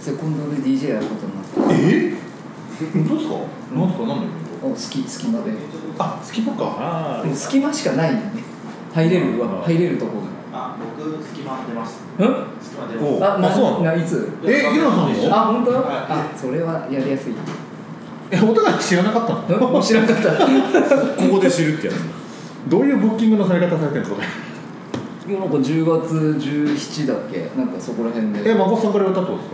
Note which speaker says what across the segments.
Speaker 1: セコンドで DJ やることになって
Speaker 2: え本当ですかなんですか何のイベ
Speaker 1: お
Speaker 2: ン
Speaker 1: 好き隙間でも
Speaker 2: トあスキップか
Speaker 3: あ
Speaker 1: う隙間しかないよね入れるわ入れるとこ
Speaker 4: あ、僕隙間出ます。
Speaker 1: がうん
Speaker 4: 隙間出
Speaker 2: お
Speaker 4: ま
Speaker 1: あ
Speaker 2: あそう
Speaker 1: なないつ
Speaker 4: す。
Speaker 2: えヒロさんも
Speaker 4: あ、
Speaker 1: あ本当、
Speaker 4: はい
Speaker 1: あそれはやりやすいん
Speaker 2: えお互い知らなかったの
Speaker 1: 知らなかった
Speaker 3: ここで知るってやつ
Speaker 2: どういうブッキングのされ方されてるんですか
Speaker 1: いやなんか10月17だっけなんかそこら辺で
Speaker 2: え孫さんから歌ったんです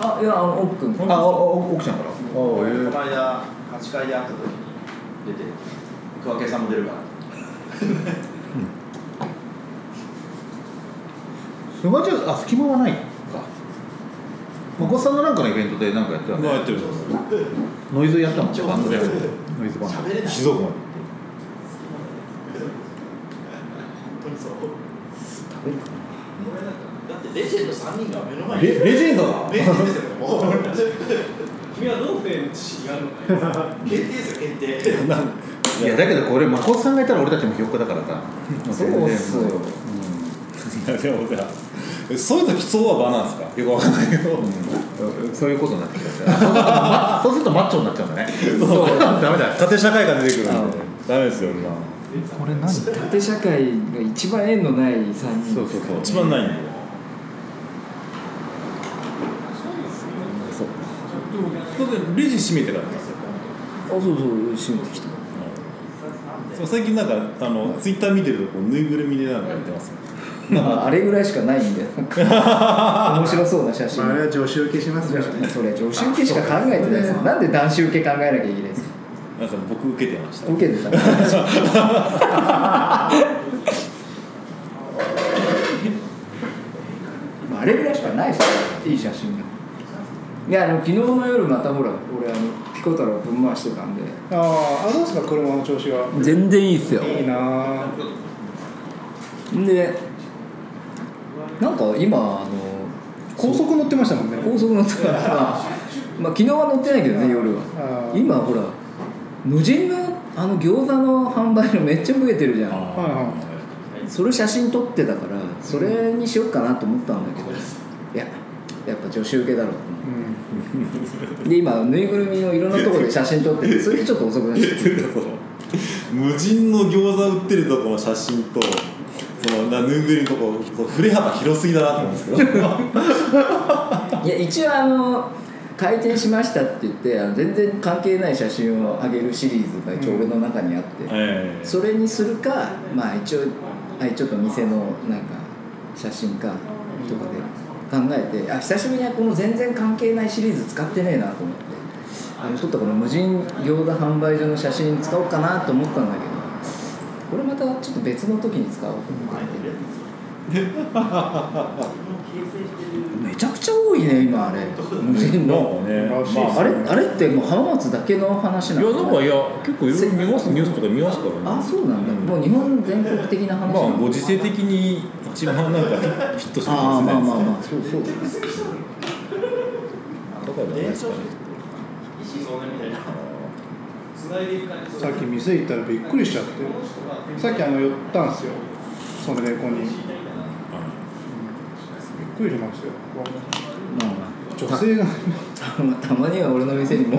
Speaker 2: か
Speaker 1: あいやあの奥君
Speaker 2: あおお奥ちゃんからあ
Speaker 4: こ
Speaker 2: え
Speaker 4: の間八回で会った時に出て、桑木さんも出るから。
Speaker 2: すがちゃんあ隙間はないか孫さんのなんかのイベントで何かやってた
Speaker 3: まあやってるぞ
Speaker 2: ノイズやったもん
Speaker 4: 緊張
Speaker 2: バンドで
Speaker 4: 感
Speaker 2: ノイズバンド
Speaker 4: 喋れない。
Speaker 3: 静岡まで
Speaker 4: 本当にそう。
Speaker 1: 食べるか
Speaker 4: だってレジェンド三人が目の前に。
Speaker 2: レレジェンドが
Speaker 4: レジェンドですよ。もう
Speaker 5: 君はどうフェの知識があるのかよ
Speaker 4: 限定ですよ限定。
Speaker 2: いやだけどこれ孫さんがいたら俺たちもひよっこだからさ
Speaker 1: なそうっすよ
Speaker 2: 全然
Speaker 3: いやでもだえそういうのそうは場なんですかよくわかんないけど
Speaker 2: うんそういうことになってきたんだそうするとマッチョになっちゃうんだねそうダメだ
Speaker 3: 縦社会が出てくるんで
Speaker 1: あ
Speaker 3: ダメですよ今
Speaker 2: これ何そう
Speaker 1: 縦社会が一番縁のない3人
Speaker 2: そうそう
Speaker 3: 一番ないんでそうだってレジ閉めてからなんですよ
Speaker 1: あそうそう閉めてきた
Speaker 3: そう最近なんかあのツイッター見てるとこうぬいぐるみでなんかやってますね
Speaker 1: まああれぐらいしかないんでなん か面白そうな写真、
Speaker 6: まあ、あれは女子受けしますよね
Speaker 1: それ女子受けしか考えてないですなんで男子受け考えなきゃいけないんですか
Speaker 3: なんか僕受けてました
Speaker 1: 受けてたからまああれぐらいしかないですよいい写真がいやあの昨日の夜またほら俺あのピコ太郎ぶん回してたんで
Speaker 6: あーあどうですか車の調子は
Speaker 1: 全然いいっすよ
Speaker 6: いいなあ
Speaker 1: でなんか今あの
Speaker 6: 高速乗ってましたもんね
Speaker 1: 高速乗ってたら、まあ、まあ昨日は乗ってないけどね夜は
Speaker 6: あー
Speaker 1: 今ほら無人のあの餃子の販売のめっちゃ増えてるじゃん
Speaker 6: はいはい
Speaker 1: それ写真撮ってたからそれにしよっかなと思ったんだけどいややっぱ女子受けだろうと思
Speaker 6: うん
Speaker 1: ってで今ぬいぐるみのいろんなところで写真撮っててそれでちょっと遅くなっちゃっ
Speaker 3: その無人の餃子売ってるとこの写真とそのなぬいぐるみのとここう振れ幅広すぎだなと思うんですけ ど
Speaker 1: たいや一応あの開店しましたって言ってあの全然関係ない写真を上げるシリーズが一応俺の中にあって、
Speaker 3: ええ
Speaker 1: それにするかまあ一応あちょっと店のなんか写真かとかで考えてあ久しぶりにこの全然関係ないシリーズ使ってねえなと思ってあの撮ったこの無人餃子販売所の写真使おうかなと思ったんだけどこれまたちょっと別の時に使おうと思ってめちゃくちゃ多いね今あれ無人の
Speaker 3: なんかね、
Speaker 6: らしい
Speaker 3: まあ、
Speaker 1: あれあれってもう浜松だけの話なのかない
Speaker 3: や結構いろいろ見ますニュースとか見ますからね
Speaker 1: あそうなんだ、もう日本全国的な話な
Speaker 3: まあ
Speaker 1: の
Speaker 3: ご時世的に一番なんかヒットして
Speaker 1: あ
Speaker 3: るか
Speaker 1: あまあまあ
Speaker 3: もし
Speaker 1: まあそうそうだね
Speaker 3: れないですね
Speaker 4: 石井少年みたいな。
Speaker 6: さっき店行ったらびっくりしちゃってさっきあの寄ったんですよその猫にびっくりしましたよ
Speaker 1: まあまあ
Speaker 6: 女性が
Speaker 1: たま たまには俺の店にも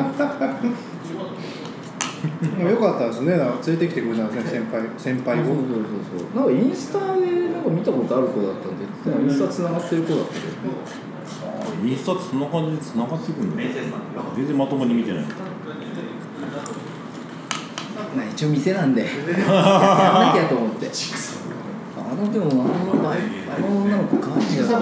Speaker 6: でもよかったですねなんか連れてきてくれたんですね先輩先輩を
Speaker 1: なんかインスタでなんか見たことある子だったんでインスタつながってる子だったけ
Speaker 3: あ印刷そんな感じで繋がってくるんだ
Speaker 4: 面接なんだよ。
Speaker 3: 全然まともに見てない
Speaker 1: どまあ一応店なん でやらなきゃと思ってあのでもあのバイあの女の子可愛いな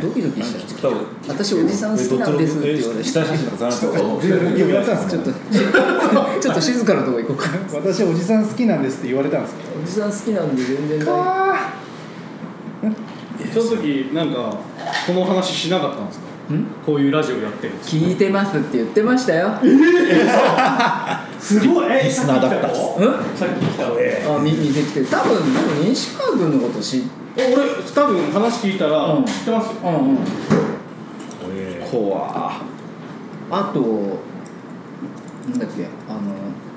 Speaker 1: ドキドキし
Speaker 3: 多分
Speaker 1: た私おじさん好きなんですって言われて
Speaker 3: え
Speaker 1: ちょ
Speaker 3: 下写真とかさ
Speaker 6: 言われたんです
Speaker 1: っ
Speaker 6: か
Speaker 1: とちょっと 静かなとこ行こう か
Speaker 6: 私おじさん好きなんですって言われたんです
Speaker 1: おじさん好きなんで全然
Speaker 6: か
Speaker 1: 大
Speaker 6: あ
Speaker 5: その時なんかこの話しなかったんですか
Speaker 1: ん
Speaker 5: こういうラジオやってるんです
Speaker 1: 聞いてますって言ってましたよ
Speaker 5: すごい
Speaker 3: リスナーだった
Speaker 1: うん
Speaker 5: さっき来た俺
Speaker 1: あ見見てきて多分でも西川君のこと知っ
Speaker 5: 俺多分話聞いたら
Speaker 1: うん
Speaker 5: 知ってますよ
Speaker 1: うんうん
Speaker 3: 怖っ
Speaker 1: あとなんだっけあの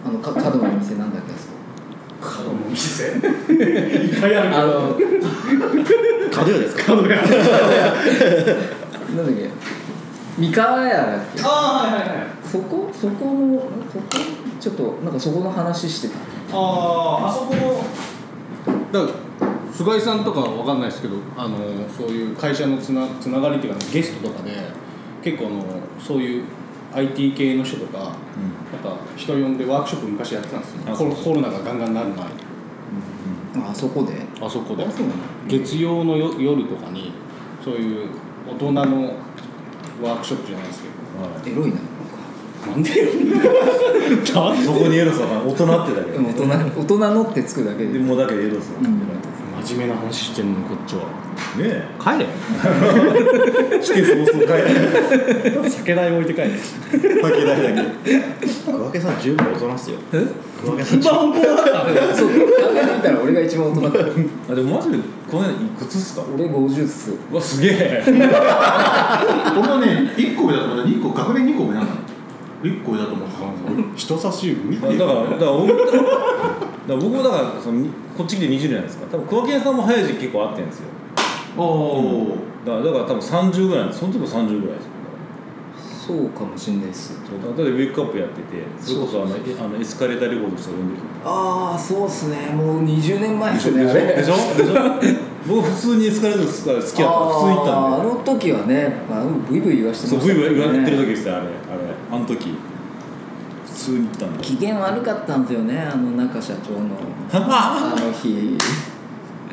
Speaker 1: あのか角の店なんだっけあそこ
Speaker 5: 一回あるけ
Speaker 1: あの
Speaker 3: 角屋ですか
Speaker 5: ど角が
Speaker 1: なんだっけ三河屋だっけ
Speaker 5: ああはいはいはい
Speaker 1: そこそこのそこちょっとなんかそこの話してた
Speaker 5: あああそこ だから菅井さんとかは分かんないですけどあのそういう会社のつなつながりっていうか、ゲストとかで結構あのそういう IT 系の人とか、なんか人呼んでワークショップ昔やってたんですよ
Speaker 3: あ
Speaker 5: コロ
Speaker 3: そう
Speaker 5: コロナがガンガンなる前
Speaker 1: ああそこで
Speaker 5: あそこで
Speaker 1: あそうなの
Speaker 5: 月曜のよ夜とかにそういう大人のワークショップじゃないですけ
Speaker 1: エロいな
Speaker 5: どなんでよなんで
Speaker 3: そこにエロさが大人ってだけ
Speaker 1: でも大人大人のってつくだけで
Speaker 3: でもうだけどエロさが
Speaker 1: うん
Speaker 5: 真面目な話してんのにこっちは
Speaker 3: ね
Speaker 5: 帰れ
Speaker 3: え 来て早々帰る
Speaker 5: 酒代置いて帰れ
Speaker 3: 負けないだけ
Speaker 4: 小分さん十分大人っすよ
Speaker 1: え
Speaker 4: 小分さん
Speaker 1: そう考えてみたら俺が一番大人だ
Speaker 3: あでもマジでこの間いくつっすか
Speaker 1: 俺50っす
Speaker 3: うわすげえ
Speaker 2: 俺はね1個上だと思った2個学年2個上なんだ1個上だと思ってた
Speaker 5: 人差し指見
Speaker 3: だからだから僕 だから僕もだからそのにこっち来て20年じゃないですか多分桑木さんも早い時期結構あってんですよ
Speaker 2: おお
Speaker 3: だからだから多分30ぐらいなんですその時も30ぐらいですよ
Speaker 1: そうかもしんないっす
Speaker 3: だからだってウェイクアップやっててそれこそあのえあのエスカレーターレコードして呼んでる
Speaker 1: ああそうっすねもう20年前っすね
Speaker 3: で
Speaker 1: あ
Speaker 3: しょで
Speaker 1: れ
Speaker 3: しょでしょ僕普通にエスカレーター好きだった普通に行ったん
Speaker 1: あーあ
Speaker 3: で
Speaker 1: の時はねあのブイブイ言わして
Speaker 3: そう
Speaker 1: まし
Speaker 3: ブ
Speaker 1: た
Speaker 3: イブイ言われてる時
Speaker 1: 時
Speaker 3: ですよあれあれあの時普通に行ったんで
Speaker 1: 機嫌悪かったんですよねあの中社長のあの日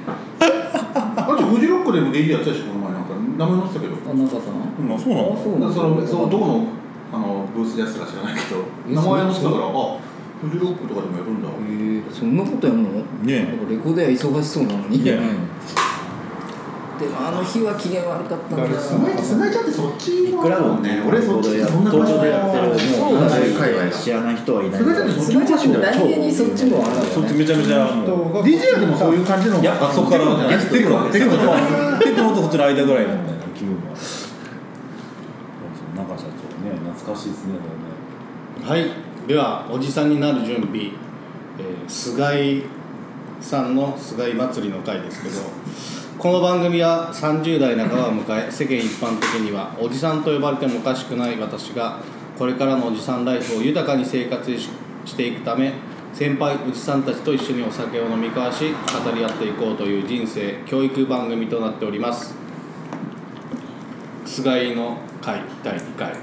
Speaker 2: あとフジロックでも DJ やってたしこの前なんか名前載ってたけど
Speaker 1: あ中さん
Speaker 3: あそうな
Speaker 1: あ
Speaker 3: の
Speaker 1: そうな
Speaker 2: そのそのど
Speaker 1: う
Speaker 2: このあのブースでやってたか知らないけど
Speaker 1: え
Speaker 2: 名前載ってた
Speaker 1: そ
Speaker 2: か
Speaker 1: う
Speaker 2: らあフジロックとかでもやるんだ
Speaker 1: えー、そんなことやんの
Speaker 3: ね
Speaker 1: なんかレコード屋忙しそうなのに
Speaker 3: いや
Speaker 1: でもあの日は機嫌悪かったんだ
Speaker 6: だ
Speaker 1: よな
Speaker 6: からすがいすがいちゃんってそっち
Speaker 4: いくらもね
Speaker 2: 俺そっちそんな
Speaker 4: 登
Speaker 2: 場所
Speaker 4: 場でやってるもう
Speaker 1: そうだね
Speaker 4: 界隈知らない人はいない
Speaker 2: それだって
Speaker 1: 菅井ちゃんも何気にそっちもあれだ
Speaker 3: そ
Speaker 1: よ
Speaker 3: っち
Speaker 1: ね
Speaker 3: めちゃめちゃもう
Speaker 2: DJ でもそういう感じの
Speaker 3: いやあそこから
Speaker 2: テクノじゃない
Speaker 3: テクノテクノと
Speaker 2: あ
Speaker 3: テクノとそっちの間ぐらいなんだよね気分は中社長ね懐かしいですねでもね
Speaker 5: はいではおじさんになる準備、えー菅井さんの菅井祭りの会ですけどこの番組は30代半ばを迎え世間一般的にはおじさんと呼ばれてもおかしくない私がこれからのおじさんライフを豊かに生活ししていくため先輩おじさんたちと一緒にお酒を飲み交わし語り合っていこうという人生教育番組となっております菅井の会第2回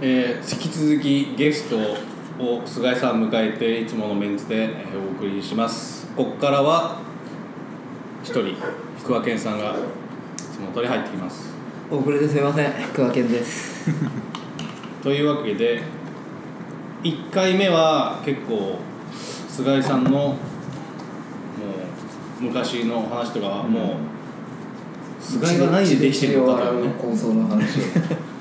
Speaker 5: えー引き続きゲストを菅井さん迎えていつものメンツでえーお送りしますここからは一人福和健さんがいつも通り入ってきます
Speaker 1: 遅れてすいません福和健です
Speaker 5: というわけで1回目は結構菅井さんのもう昔のお話とかはもう菅井が何でできてるのかというね
Speaker 1: 構想の話を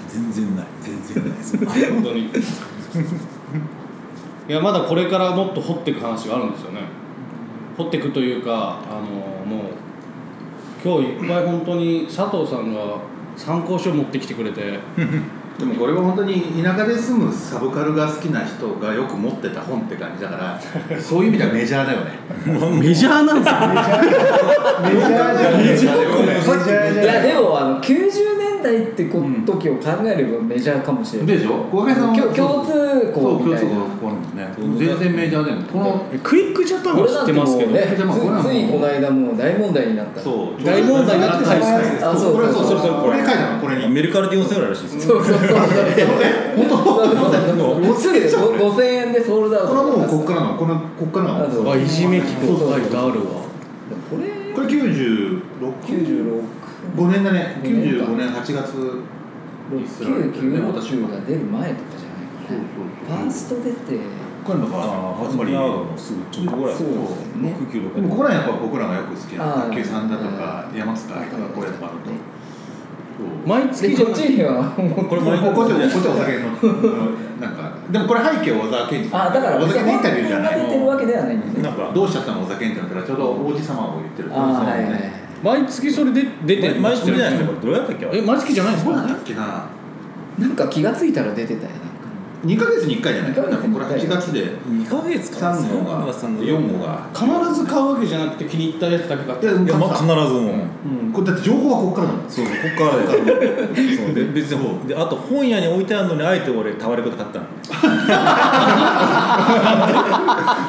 Speaker 3: 全然ない全然 ないです
Speaker 5: 本当にいやまだこれからもっと掘っていく話があるんですよね掘っていくというかあのもう今日いっぱい本当に佐藤さんが参考書を持ってきてくれて
Speaker 2: でもこれは本当に田舎で住むサブカルが好きな人がよく持ってた本って感じだ からそういう意味ではメジャーだよね
Speaker 5: メジャーなんですよ
Speaker 6: メジャーじゃないメジャー
Speaker 1: い
Speaker 6: じゃな
Speaker 1: や
Speaker 6: い
Speaker 1: でもあの90年代ってこ、時を考えればメジャーかもしれない
Speaker 2: でしょ小林さんは
Speaker 1: きょ共通項みたいな
Speaker 2: そう共通項あるもんね全然メジャーだよねこの
Speaker 5: クイックジャパンは
Speaker 1: 俺
Speaker 5: 知
Speaker 1: な
Speaker 5: っ
Speaker 1: ん
Speaker 5: て
Speaker 1: て
Speaker 5: ま
Speaker 1: も
Speaker 5: すけ
Speaker 1: う
Speaker 5: ど
Speaker 1: ね
Speaker 2: 知ってますけど
Speaker 1: つついこの間もう大問題になった
Speaker 3: そう
Speaker 5: 大問題になってないですね
Speaker 1: あそう
Speaker 2: これ
Speaker 1: そう
Speaker 2: そうそれそれ
Speaker 3: そう
Speaker 2: これ書いたのこれに
Speaker 3: メルカリで4000円ぐらいらしいです
Speaker 1: そうそうそうそうそうそうすぐご5000円でソールドアウ
Speaker 2: こ
Speaker 1: ト
Speaker 2: れはもうこっからのこのこっから
Speaker 1: あそう
Speaker 2: の
Speaker 5: あいじめ機構
Speaker 1: そう
Speaker 5: 書
Speaker 1: そう
Speaker 5: いてあるわ
Speaker 1: これ
Speaker 2: これ96
Speaker 1: 96
Speaker 2: 5年だね
Speaker 1: 五年か
Speaker 2: 95年8月そうそう
Speaker 1: 99が出る前とかじゃないかな
Speaker 2: そう
Speaker 1: ファースト出て
Speaker 2: これの
Speaker 3: あ
Speaker 2: が
Speaker 3: あ始まりなのもすぐちょっとぐらい
Speaker 1: そうですね
Speaker 3: 696
Speaker 2: でもここら辺やっぱ僕らがよく好き
Speaker 1: あ
Speaker 2: な
Speaker 1: ー
Speaker 2: 卓球さんだとか山塚愛とかこれとかあるとそう
Speaker 5: 毎
Speaker 1: で
Speaker 5: 月じ
Speaker 1: こ
Speaker 5: ゃな
Speaker 1: っ
Speaker 5: く
Speaker 1: ち
Speaker 5: て
Speaker 1: にはもう
Speaker 2: これもこっちはこっちはお酒の うんなんかでもこれ背景は小沢健二さん
Speaker 1: あだから
Speaker 2: 小沢健二インタビューじゃな
Speaker 1: 本人が出てるわ
Speaker 2: い
Speaker 1: けではないんだね
Speaker 3: なんか
Speaker 2: どうしちゃったの小沢健二だったらちょうど王子様を言ってる
Speaker 1: ああはいはいはい
Speaker 5: 毎月それで出て
Speaker 3: 毎日
Speaker 5: じ
Speaker 3: 見
Speaker 5: ゃ
Speaker 3: ない
Speaker 5: な
Speaker 3: で
Speaker 5: い
Speaker 3: すかこれどうやったっけあれ
Speaker 5: え毎月じゃないんです
Speaker 2: そうなん
Speaker 5: か
Speaker 2: だっけな
Speaker 1: なんか気がついたら出てたよなんか
Speaker 2: で2ヶ月に1回じゃない
Speaker 1: 二ヶ月に一回
Speaker 2: これ8月で
Speaker 3: 2ヶ月か
Speaker 2: 3号が4号が
Speaker 5: 必ず買うわけじゃなくて気に入ったやつだけ買っ
Speaker 2: い
Speaker 5: て
Speaker 2: や
Speaker 3: いや、まあ、必ずもう、
Speaker 2: うん、これだって情報はここからなんです
Speaker 3: そうここからでそうで別にほうであと本屋に置いてあるのにあえて俺タワレコで買 ったのい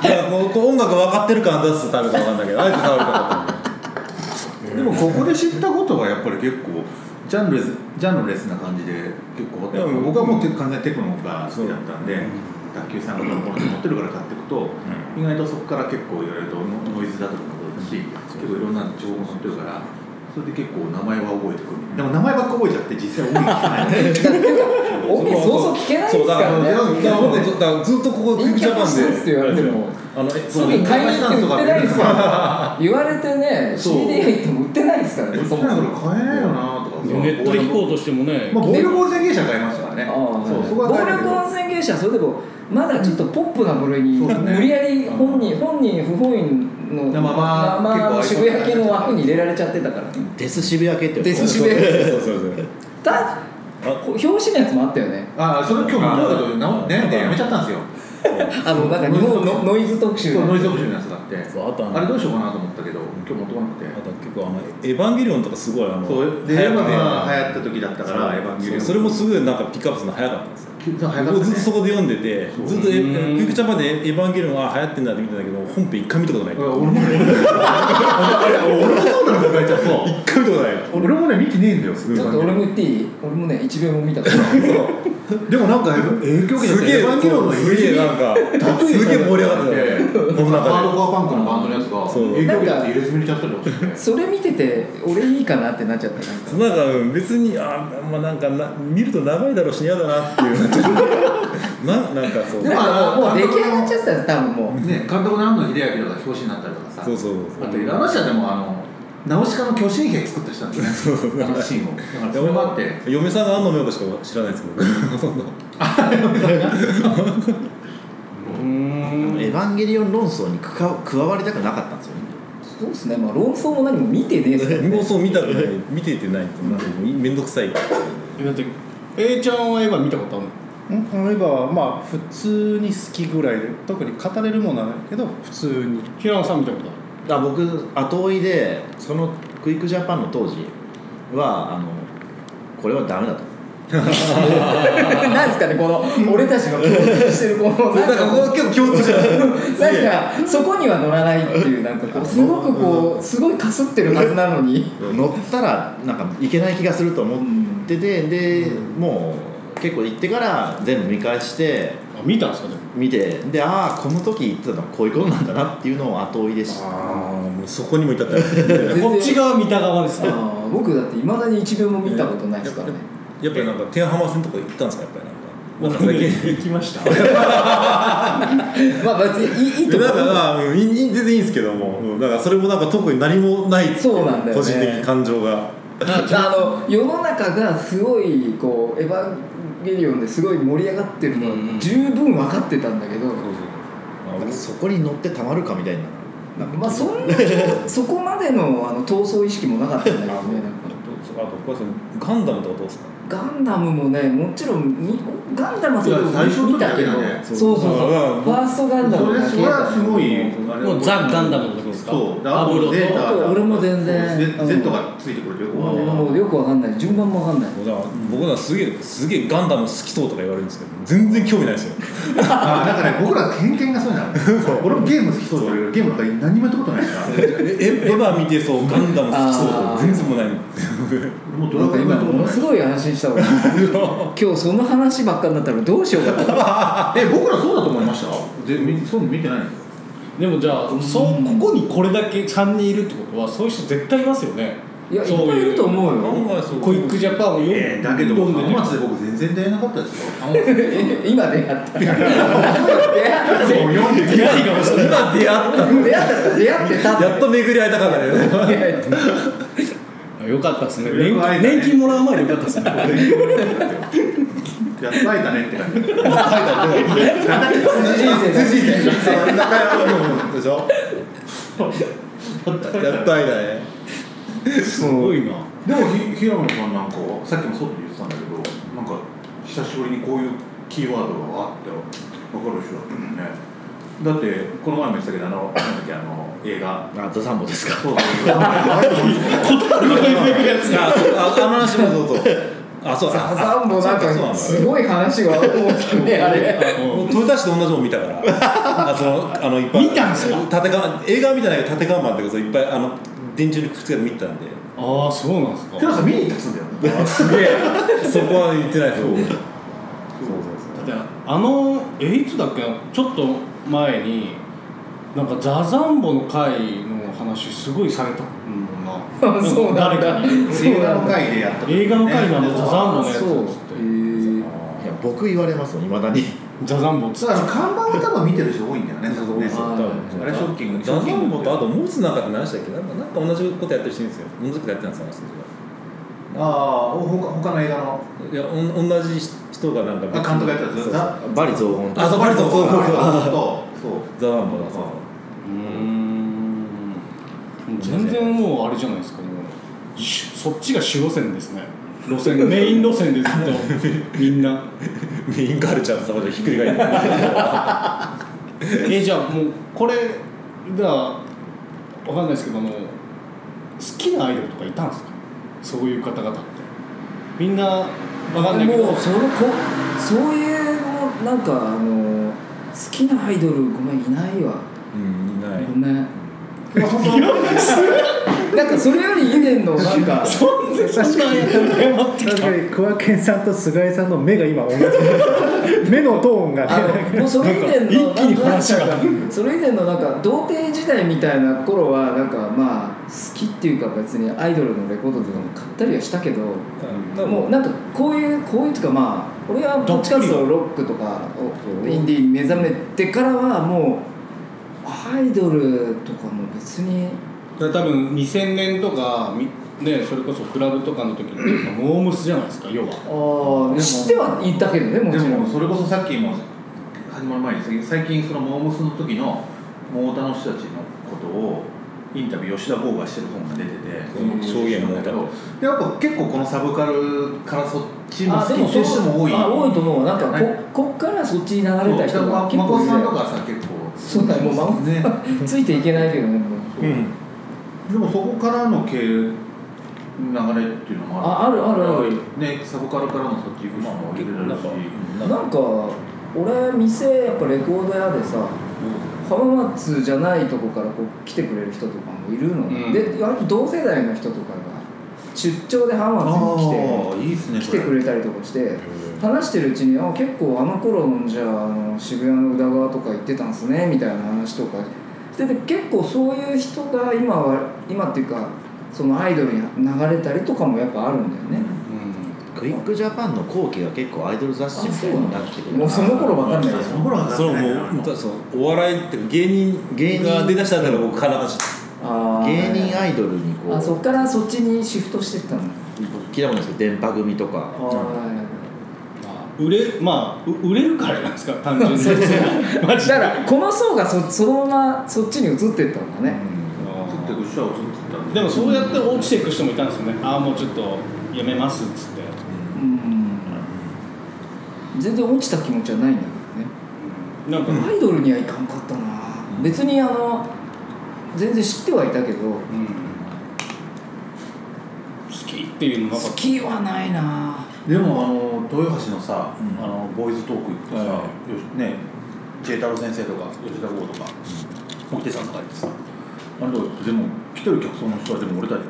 Speaker 3: やもうこう音楽分かってる感出すためか分かんないけどあえてタワレコ買ったんだよ
Speaker 2: でもここで知ったことがやっぱり結構ジャンルレスジャンルレスな感じで結構
Speaker 3: いやうん
Speaker 2: 僕はもう完全にテクノが好きだったんで卓球さんがこの子持ってるから買っていくと、意外とそこから結構いろいろとノイズだとかもそうだし結構いろんな情報が載ってるからそれで結構名前は覚えてくるでも名前ばっか覚えちゃって実際覚えてない
Speaker 1: 音源そうそう聞けないですからね
Speaker 3: そうだから僕ずだからずっとここ
Speaker 1: 陰
Speaker 3: ビ
Speaker 1: キャパシンスって言われて
Speaker 3: あ
Speaker 1: も
Speaker 3: のえ
Speaker 1: すぐ買いに行って売ってないですから言われてね
Speaker 2: そう
Speaker 1: CD 入っても売ってないですから
Speaker 2: え
Speaker 1: ね
Speaker 2: そ
Speaker 1: そ
Speaker 2: ん
Speaker 1: もそ
Speaker 2: なの
Speaker 1: も
Speaker 2: 買えないよなとか
Speaker 5: ネットで聞こうとしてもね、
Speaker 2: まあ、暴力温泉芸者買いましたからね
Speaker 1: ああ
Speaker 2: そうそこは
Speaker 1: 暴
Speaker 2: 買えた
Speaker 1: 力
Speaker 2: けど
Speaker 1: 温泉芸者はそれでもまだちょっとポップな部類に
Speaker 2: そうだね
Speaker 1: 無理やり本人本人不本人の
Speaker 2: まあまあ
Speaker 1: まあまあ
Speaker 2: 結構
Speaker 1: 渋谷系の枠に入れられちゃってたからね
Speaker 7: デス渋谷系って
Speaker 1: デス渋谷系
Speaker 3: そうそうそう
Speaker 1: た表紙のやつもあったよね
Speaker 2: ああそれ今日もだけどなねやめちゃったんですよ
Speaker 1: あのなんか日本のノイズ特集
Speaker 2: そうノイズオブジェのやつがあって
Speaker 3: そうあとあの
Speaker 2: あれどうしようかなと思ったけど今日持ってこなくて
Speaker 3: あと結構あのエヴァンゲリオンとかすごいあの
Speaker 2: そうでエ
Speaker 3: 早
Speaker 2: ヴァ
Speaker 3: くて
Speaker 2: が流行った時だったからエヴァンゲリオン
Speaker 3: そうそれもすぐなんかピックアップするの早かったんですよ
Speaker 2: そう流行
Speaker 3: 僕
Speaker 2: った
Speaker 3: ずっと
Speaker 2: ね
Speaker 3: そこで読んでてずっとえクイックジャパンでエヴァンゲリオンは流行ってんだって見てたけど本編一回見たことない
Speaker 2: 俺もねあれ俺もそうなの抱えちゃんそう
Speaker 3: 一回見たことない
Speaker 2: 俺もね見てねえんだよす
Speaker 1: ちょっと俺も言っていい俺もね1秒も見たこと ない
Speaker 2: でもなんか影響受けちゃっ
Speaker 3: す
Speaker 2: て
Speaker 3: げえ
Speaker 2: エヴァンゲリオンの
Speaker 3: すげえなんかすげえ盛り上がってたよねこ の中
Speaker 2: ハード
Speaker 3: で
Speaker 2: コアパンクのバンドのやつが
Speaker 3: そう
Speaker 2: 影響受けちゃって入れ墨入れちゃったりとかして
Speaker 1: それ見てて俺いいかなってなっちゃったなんか
Speaker 3: なんかうん別にあまあなんかな見ると長いだろうし嫌だなっていう ななんかそう
Speaker 2: でも
Speaker 1: なんかもう
Speaker 2: あの
Speaker 1: 出来上がっちゃってたんです多分もう
Speaker 2: ね監督の安野秀明とか表紙になったりとかさ
Speaker 3: そうそうそう
Speaker 2: あとあの人はでもあのナウシカの巨神兵作った人なんですよねあのシーンをだからそれもあって
Speaker 3: 嫁さんが安野美代子しか知らないですけどそんな
Speaker 5: うーん
Speaker 7: エヴァンゲリオン論争に加わ加わりたくなかったんですよね
Speaker 1: そうですねまあ論争も何も見てねえです から
Speaker 3: もうそう見たくない見ててないってなんかめんどくさい
Speaker 5: えだって A ちゃんはエヴァ見たことあるの
Speaker 6: んエヴァはまあ普通に好きぐらいで特に語れるものはないけど普通に
Speaker 5: 平野さん見たことあ
Speaker 7: あ僕後追いでそのクイックジャパンの当時はあのこれはダメだと
Speaker 1: なんですかねこの俺たちの共通してるこのなんかこう
Speaker 3: 結構共通して る
Speaker 1: なんかそこには乗らないっていうなんかこうすごくこうすごいかすってるはずなのに
Speaker 7: 乗ったらなんかいけない気がすると思っててでもう結構行ってから全部見返して
Speaker 5: るあ見たんですかでも
Speaker 7: 見てでああこの時言ってたのはこういうことなんだなっていうのを後追いでした
Speaker 3: ああもうそこにも至ったや
Speaker 1: 全然
Speaker 5: こっち側見た側です か
Speaker 1: あー僕だっていまだに1秒も見たことないですからね
Speaker 3: っぱりなんか天浜線とか行ったんですかやっぱりなんかなんか最近
Speaker 5: 行きました
Speaker 1: まあ別にいいいいと
Speaker 3: なん
Speaker 1: 思う
Speaker 3: か まあうんいい全然いいんですけども、うん、なんかそれもなんか特に何もないってい
Speaker 1: そうなんだよね
Speaker 3: 個人的に感情が
Speaker 1: あの世の中がすごいこう「エヴァンゲリオン」ですごい盛り上がってるのは
Speaker 5: うんうん
Speaker 1: 十分分かってたんだけど、
Speaker 7: なんかそこに乗ってたまるかみたいななんか
Speaker 1: まあそんなそこまでのあの闘争意識もなかったんだけどねなんか
Speaker 3: あと小林さんガンダムとかどうですか
Speaker 1: ガンダムもねもちろんみガンダムはそれ
Speaker 2: いや最初の時
Speaker 1: 見たけど
Speaker 2: だけだね
Speaker 1: そうそうそう
Speaker 3: そう
Speaker 1: ファーストガンダ
Speaker 2: そ
Speaker 1: ム
Speaker 2: れ
Speaker 1: だけ
Speaker 2: それはすごい
Speaker 5: もうザ・ガンダムの時ですか
Speaker 2: そうで
Speaker 5: ア
Speaker 2: あ
Speaker 5: ブロ
Speaker 2: と
Speaker 5: と
Speaker 2: ゼータ
Speaker 1: 俺も全然
Speaker 2: ゼ
Speaker 1: うん
Speaker 2: Z がついてくるとよくわかんない
Speaker 1: もうよくわかんない順番もわかんない
Speaker 3: 僕は僕はすげえすげえガンダム好きそうとか言われるんですけど全然興味ないですよ
Speaker 2: あーだからね僕ら偏見がそうなの俺もゲーム好きそうだけどゲームなんか何にもやったことないから
Speaker 3: えエエヴァ見てそうガンダム好きそうとか全然もうない
Speaker 2: もうド
Speaker 1: な
Speaker 2: ラ
Speaker 1: ん
Speaker 2: ゴ
Speaker 1: か
Speaker 2: ン
Speaker 1: 今
Speaker 2: 今どう
Speaker 1: ものすごい安心したわ 今日その話ばっかになったらどうしようかな
Speaker 2: え僕らそうだと思いましたでみそういうの見てないの
Speaker 5: でもじゃあ、そう
Speaker 1: う
Speaker 5: こ
Speaker 1: ん
Speaker 5: こにこれだけ3人いるってことはそういう人絶対いますよね
Speaker 1: いやいっぱいいると思う よ
Speaker 5: コイックジャパンを読んで、
Speaker 2: えーだけど
Speaker 5: 読
Speaker 2: 浜
Speaker 5: んでて
Speaker 2: 松で僕全然出会えなかったですよ
Speaker 1: 今出会った出会った
Speaker 2: もう読んで
Speaker 3: 出会いが今出会っ
Speaker 1: 出会った出会ってた
Speaker 3: たやっと巡り会えたからね
Speaker 1: 出会えた
Speaker 5: あよかったですね
Speaker 2: よく会えた
Speaker 5: 年
Speaker 2: ね
Speaker 5: 年金もらう前でよかったですね
Speaker 2: やっと会えたねって感じ
Speaker 1: 人生だ
Speaker 3: 仲良くでしょやっと会えたね
Speaker 5: すごいな
Speaker 2: でもひ平野さんなんかはさっきも外で言ってたんだけどなんか久しぶりにこういうキーワードがわーって分かる人だったもんねだってこの前も言ってたけどあのなんだっけあの映画
Speaker 7: あと3本ですか
Speaker 2: そうだ
Speaker 3: あそうああの話もそうそうあそう
Speaker 1: サ
Speaker 3: あ
Speaker 1: ザンもなん
Speaker 3: そうな
Speaker 1: か
Speaker 3: の
Speaker 1: すごい話が多くねあれ
Speaker 3: もう豊田市と同じもん見たからあそのあのいっぱい
Speaker 5: 見たんすか
Speaker 3: 縦看板映画は見てないけど縦看板ってこといっぱいあの電柱にくっつけて見てたんで
Speaker 5: ああそうなんですか
Speaker 2: けどさ見に行ったっつうんだよ
Speaker 3: すげえ そこは言ってないですよ僕
Speaker 5: だってあのえいつだっけなちょっと前になんかザザンボの会の話すごいされたも んな
Speaker 1: そうなんだ
Speaker 5: 誰かに
Speaker 1: そうなんだ
Speaker 2: 会でやっ
Speaker 5: 映画の会のあのザザンボのやつっ
Speaker 1: そう
Speaker 5: つっ
Speaker 1: へ
Speaker 5: て
Speaker 1: ー
Speaker 7: いや僕言われますいまだに
Speaker 5: ザザンボっつ
Speaker 2: そ
Speaker 5: っ
Speaker 2: う
Speaker 5: て
Speaker 2: あの看板を多分見てる人多いんだよね
Speaker 3: そうそう
Speaker 2: ね
Speaker 3: そう
Speaker 1: あ
Speaker 2: あれショッキング
Speaker 3: ダザンボとあともう一つなんかって何でしたっけなんかなんか同じことやってる人いるんですよ同じことやってたんですよ
Speaker 2: ああお他他の映画の
Speaker 3: あの人がいやおん同じ人がなんか
Speaker 2: あ監督がやってたやつ
Speaker 3: そうそう
Speaker 2: ザ
Speaker 7: バリ雑言
Speaker 3: あそうバリゾンそうそうそう
Speaker 2: そう
Speaker 3: ザワンボだそう
Speaker 5: うーん全然もうあれじゃないですかもうしそっちが主路線ですね路線 メイン路線でずっ とみんな
Speaker 3: メインカルチャーのさまでひっくり返って
Speaker 5: えじゃあもうこれじゃあ分かんないですけども好きなアイドルとかいたんですかそういう方々ってみんな分かんないけど
Speaker 1: もうそのこそういうのなんかあの好きなアイドルごめんいないわ
Speaker 3: うんいない
Speaker 1: ごめんなんかそれより以前のなんか
Speaker 5: そんなそんな謝ってき
Speaker 6: 確
Speaker 5: た
Speaker 6: かに桑健さんと菅井さんの目が今同じ目のトーンが
Speaker 1: あのもうそれ以前の
Speaker 5: なんか一気に話が
Speaker 1: なんかそれ以前のなんか童貞時代みたいな頃はなんかまあ好きっていうか別にアイドルのレコードとかも買ったりはしたけどもうなんかこういうこういうとかまあ俺はどっちかっていうとロックとかをインディーに目覚めてからはもうアイドルとかも別に
Speaker 5: 多分2000年とかみねそれこそクラブとかの時ってモームスじゃないですか要は
Speaker 1: ああ知ってはいたけどねも
Speaker 2: で
Speaker 1: ちろ
Speaker 2: も
Speaker 1: ん
Speaker 2: それこそさっきも始まる前にですね最近そのモームスの時のモータの人たちのことをインタビュー吉田剛がしてる本が出てて
Speaker 3: うん証言
Speaker 2: なんだけどでやっぱ結構このサブカルからそっちも
Speaker 1: あ
Speaker 2: 好
Speaker 1: で
Speaker 2: き
Speaker 1: も
Speaker 2: にする人も多い
Speaker 1: あ多いと思うなんかこ
Speaker 2: ね
Speaker 1: こっからそっちに流
Speaker 2: そ
Speaker 1: れ
Speaker 2: う
Speaker 1: た
Speaker 2: 北
Speaker 1: 人が
Speaker 2: 川
Speaker 1: 結
Speaker 2: 真
Speaker 1: 構
Speaker 2: 子
Speaker 1: い
Speaker 2: さん
Speaker 1: る
Speaker 2: とかさ結構
Speaker 1: そうだよもう真子
Speaker 2: ね
Speaker 1: ついていけないけどねもう
Speaker 3: うん
Speaker 2: でもそこからの経流れっていうのもある
Speaker 1: ああるあるある
Speaker 2: ねサブカルからもそっち行く人もいるだろうし
Speaker 1: なんか俺店やっぱレコード屋でさ浜松じゃないとこからこう来てくれる人とかもいるの、
Speaker 5: うん
Speaker 1: で割と同世代の人とかが出張で浜松に来て
Speaker 2: あーいいっすね
Speaker 1: 来
Speaker 2: そ
Speaker 1: てくれたりとかして話してるうちにあ結構あの頃のじゃああの渋谷の宇田川とか行ってたんすねみたいな話とかでで結構そういう人が今は今っていうかそのアイドルに流れたりとかもやっぱあるんだよね、
Speaker 5: う
Speaker 7: クイックジャパンの後期が結構アイドル雑誌みたいになってくる
Speaker 1: もうその頃わかんないよ
Speaker 2: その頃は
Speaker 3: それはもうそうお笑いっていうか芸人
Speaker 7: 芸人
Speaker 3: が出だしたから僕金橋
Speaker 1: あー
Speaker 7: 芸人アイドルにこう
Speaker 1: あそっからそっちにシフトしてったの
Speaker 7: 聞いたことないですけど電波組とか
Speaker 5: ん、売れまあう売れるからじゃないですか単純に マ
Speaker 1: だ
Speaker 5: ジで
Speaker 1: からこの層がそそのままそっちに移ってったんだね、
Speaker 2: ってく人は映ってたん
Speaker 5: でもそうやって落ちていく人もいたんですよねああもうちょっとやめますっつって
Speaker 1: うん、全然落ちた気持ちはないんだけ
Speaker 5: なんか、
Speaker 1: どねアイドルにはいかんかったな、別にあの全然知ってはいたけど
Speaker 5: うん、好きっていうのなんか
Speaker 1: 好きはないな
Speaker 2: でもあの豊橋のさ、あのボーイズトーク行ってさ、よしねジェイ太郎先生とか吉田剛とか沖手さんとか行ってさあの時でも来てる客層の人はでも俺たち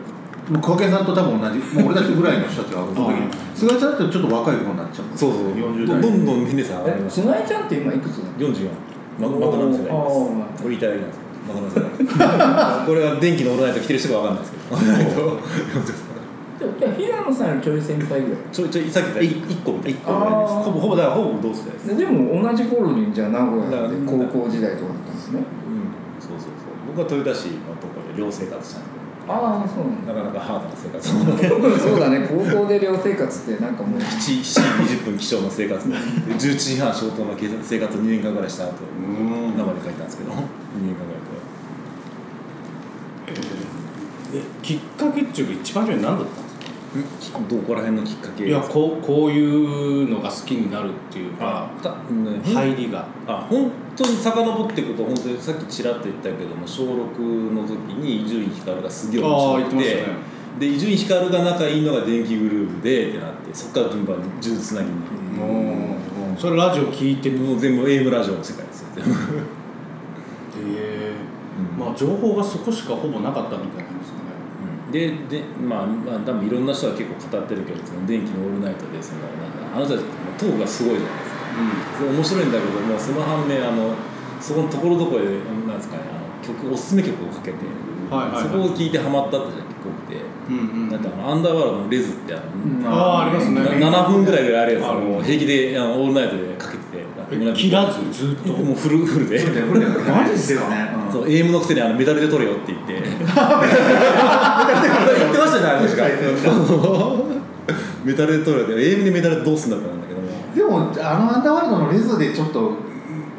Speaker 2: もう桑家さんと多分同じもう俺たちぐらいの人たちがその 時に菅井ちゃんってちょっと若い子になっちゃう
Speaker 3: そうそう
Speaker 2: 40
Speaker 3: ど
Speaker 2: 代
Speaker 3: どんどん年齢差上がり
Speaker 1: え
Speaker 3: ます
Speaker 1: 菅井ちゃんって今いくつだ
Speaker 3: 44ママクドナルド世代
Speaker 1: あ
Speaker 3: です
Speaker 1: ー
Speaker 3: これいただき なんですマクドナルド世 代これは電気のオールナイト来てる人がわかんないですけ ど
Speaker 1: じゃあ平野さんよりちょい先輩ぐらい
Speaker 3: ちょいちょいさっき言った1個みたいな
Speaker 1: 個ぐらいです
Speaker 3: ほぼほぼだからほぼ同世代です
Speaker 1: ででも同じ頃にじゃあ名古屋で
Speaker 3: だ
Speaker 1: 高校時代とかだったんですね
Speaker 3: うんそうそうそう僕は豊田市のところで寮生活したんです
Speaker 1: ああそうなんだ
Speaker 3: けどなかなかハードな生活
Speaker 1: そ
Speaker 3: を
Speaker 1: うだね高校で寮生活ってなんかもう
Speaker 3: 7時20分起床の生活で11時半消灯の生活を2年間ぐらいした後生で帰ったんですけど2年間ぐらいで。
Speaker 5: えきっかけっていうか一番初め何だったんですか
Speaker 3: どこら辺のきっかけ
Speaker 5: いやこうこういうのが好きになるっていうか
Speaker 3: あた、ね、
Speaker 5: 入りが
Speaker 3: あ本当に遡っていくと本当にさっきちらっと言ったけども小6の時に伊集院光がすげえ
Speaker 5: ああ
Speaker 3: 面
Speaker 5: 言
Speaker 3: 白
Speaker 5: っ
Speaker 3: く
Speaker 5: てましてたね
Speaker 3: で伊集院光が仲いいのが電気グループでってなってそっから順番に呪術つなぎに行く
Speaker 5: うんそれラジオ聞いてるへ
Speaker 3: もう全部 AM ラジオの世界ですよ全部
Speaker 5: えまあ情報がそこしかほぼなかったみたいなんですね
Speaker 3: ででまあ、まあ、多分いろんな人は結構語ってるけどその電気のオールナイトでそのなんだあの人たちってもうトークがすごいじゃないですかそれ面白いんだけどもその反面あのそこのところどころでなんですかねあの曲おすすめ曲をかけて、
Speaker 5: はいはいはい
Speaker 3: そこを聴いてハマったって人が結構多くて、
Speaker 5: うんうん
Speaker 3: だってあのアンダーワールドの「レズ」ってあの、
Speaker 5: あーありますね
Speaker 3: な7分ぐらいであるやつ
Speaker 5: ある
Speaker 3: もう平気であのオールナイトでかけてて
Speaker 5: え切らずずっと
Speaker 3: もうフルフルで
Speaker 4: マジっすよね
Speaker 3: そう AM のくせにあのメダルで取れよって言って メダルで取れよ言ってましたねあの人がメダルで取れよって AM でメダルどうすんだってなんだけども
Speaker 4: でもあのアンダーワールドのレズでちょっと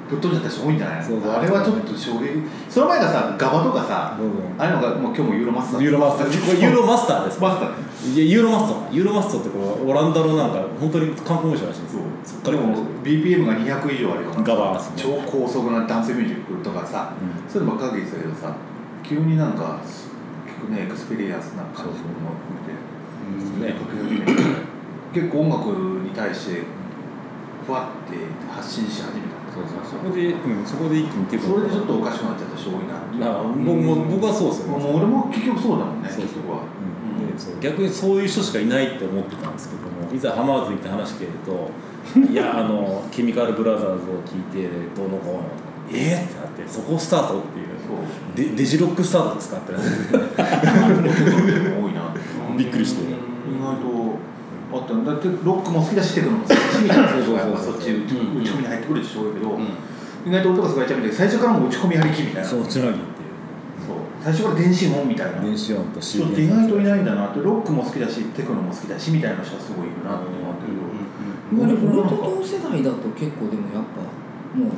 Speaker 4: ぶっ飛んじゃった人多いんじゃない
Speaker 3: そうそう
Speaker 4: あれはちょっと衝撃その前がさガバとかさ
Speaker 3: そうそう
Speaker 4: ああいうのがもう今日もユーロマスター
Speaker 3: ユーロマスターこれユーロマスターです
Speaker 4: マスター
Speaker 3: いやユーロマスターユーロマスターってこれオランダのなんか本当に観光名所らしいんですよそっか
Speaker 4: で
Speaker 3: ら
Speaker 4: も BPM が200以上あるような
Speaker 3: ガバですね
Speaker 4: 超高速なダンスミュージックとかさ、
Speaker 3: う
Speaker 4: そういうのばっかり言ってたけどさ急になんか結構ねエクスペリエンスな感じのものを含めて、ね 結構音楽に対してふわって発信し始めた
Speaker 3: そうそうそこで、うん、そこで一気にテ
Speaker 4: それでちょっとおかしくなっちゃった人多いなっていう
Speaker 3: なんか僕も僕はそうですよね
Speaker 4: もう俺も結局そうだもんね
Speaker 3: そう
Speaker 4: 結局は
Speaker 3: うんでそう逆にそういう人しかいないって思ってたんですけどもいざ浜松に行って話聞い てると「いやあのケミカルブラザーズを聞いてどうのこうの」えっ!」ってなってそこスタートっていう
Speaker 4: そ
Speaker 3: デデジロックスタートですかってなって
Speaker 4: うでも多いなって
Speaker 3: びっくりして
Speaker 4: 意外とあったんだってロックも好きだしテクノも好きだしみたいな人がやっぱそっち打ち込みに入ってくるでしょうけど、意外と音がすごいやっちゃうみたいで最初からもう打ち込みやりきみたいな
Speaker 3: そ
Speaker 4: そう
Speaker 3: うつなぎっていう
Speaker 4: 最初から電子音みたいな
Speaker 3: 電子音と CD
Speaker 4: 人って意外といないんだなってロックも好きだしテクノも好きだしみたいな人はすごいいるなって思ってるけど、
Speaker 1: 俺俺と同世代だと結構でもやっぱもう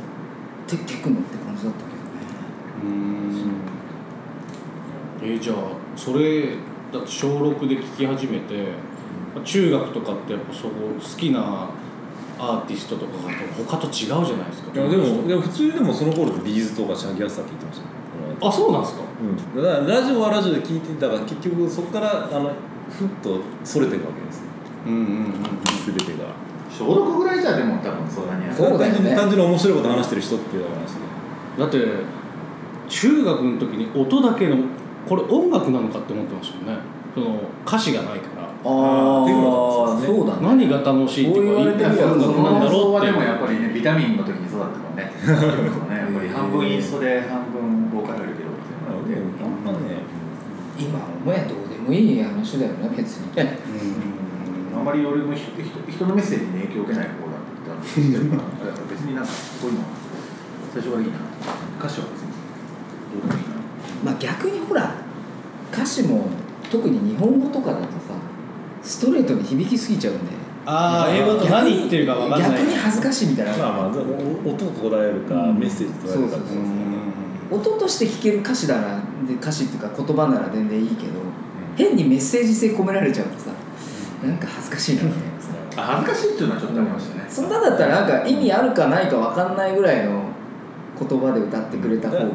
Speaker 1: テテクノって感じだったけどね
Speaker 5: うんえーじゃあそれだって小6で聴き始めて中学とかってやっぱそこ好きなアーティストとかが他と違うじゃないですか
Speaker 3: いやでもでも普通でもその頃でビーズとかシャギアスター聞いてましたね
Speaker 5: あそうなんですか
Speaker 3: うん、だからラジオはラジオで聞いてたから結局そこからあのふっとそれていくわけですね
Speaker 5: うんうんうん
Speaker 3: 全てが
Speaker 4: 消毒ぐらいじゃでも多分そんなにや
Speaker 1: そうだよね
Speaker 3: 単純に単純に面白いこと話してる人っていう話で
Speaker 5: だって中学の時に音だけのこれ音楽なのかって思ってましたもんねその歌詞がないか
Speaker 1: あ
Speaker 5: ら
Speaker 3: テク
Speaker 1: あ
Speaker 3: ノだったんですね
Speaker 1: そうだね
Speaker 5: 何が楽しいっていうか
Speaker 1: そう言われてみ
Speaker 5: 一
Speaker 1: れば
Speaker 5: 体音楽なんだろう
Speaker 4: は
Speaker 5: っていう
Speaker 4: でもやっぱりねビタミンの時にそうだったもんねそうねやっぱり半分インストで半分ボーカルやるけどっていうのがあって
Speaker 3: でもあんまね
Speaker 1: 今思えばどうでもいい話だよね別に
Speaker 4: あんまり俺も人人人のメッセージに影響を受けない方だって言ったんですけどだから別になんかそういうのは最初はいいな歌詞は別にどうでもいいな
Speaker 1: まあ逆にほら歌詞も特に日本語とかだとさストレートに響きすぎちゃうんで
Speaker 5: ああ英語だと何言ってるか分かんない
Speaker 1: 逆に恥ずかしいみたいな、
Speaker 3: まあまあおお音を捉えるか、メッセージ捉えるか
Speaker 1: そうそうそう
Speaker 3: ってことですね
Speaker 1: 音として聴ける歌詞ならで歌詞っていうか言葉なら全然いいけど、変にメッセージ性込められちゃうとさなんか恥ずかしいなみたいなさ
Speaker 4: あ恥ずかしいっていうのはちょっとありましたね、
Speaker 1: そんなだったらなんか意味あるかないか分かんないぐらいの言葉で歌ってくれた方が、
Speaker 3: だか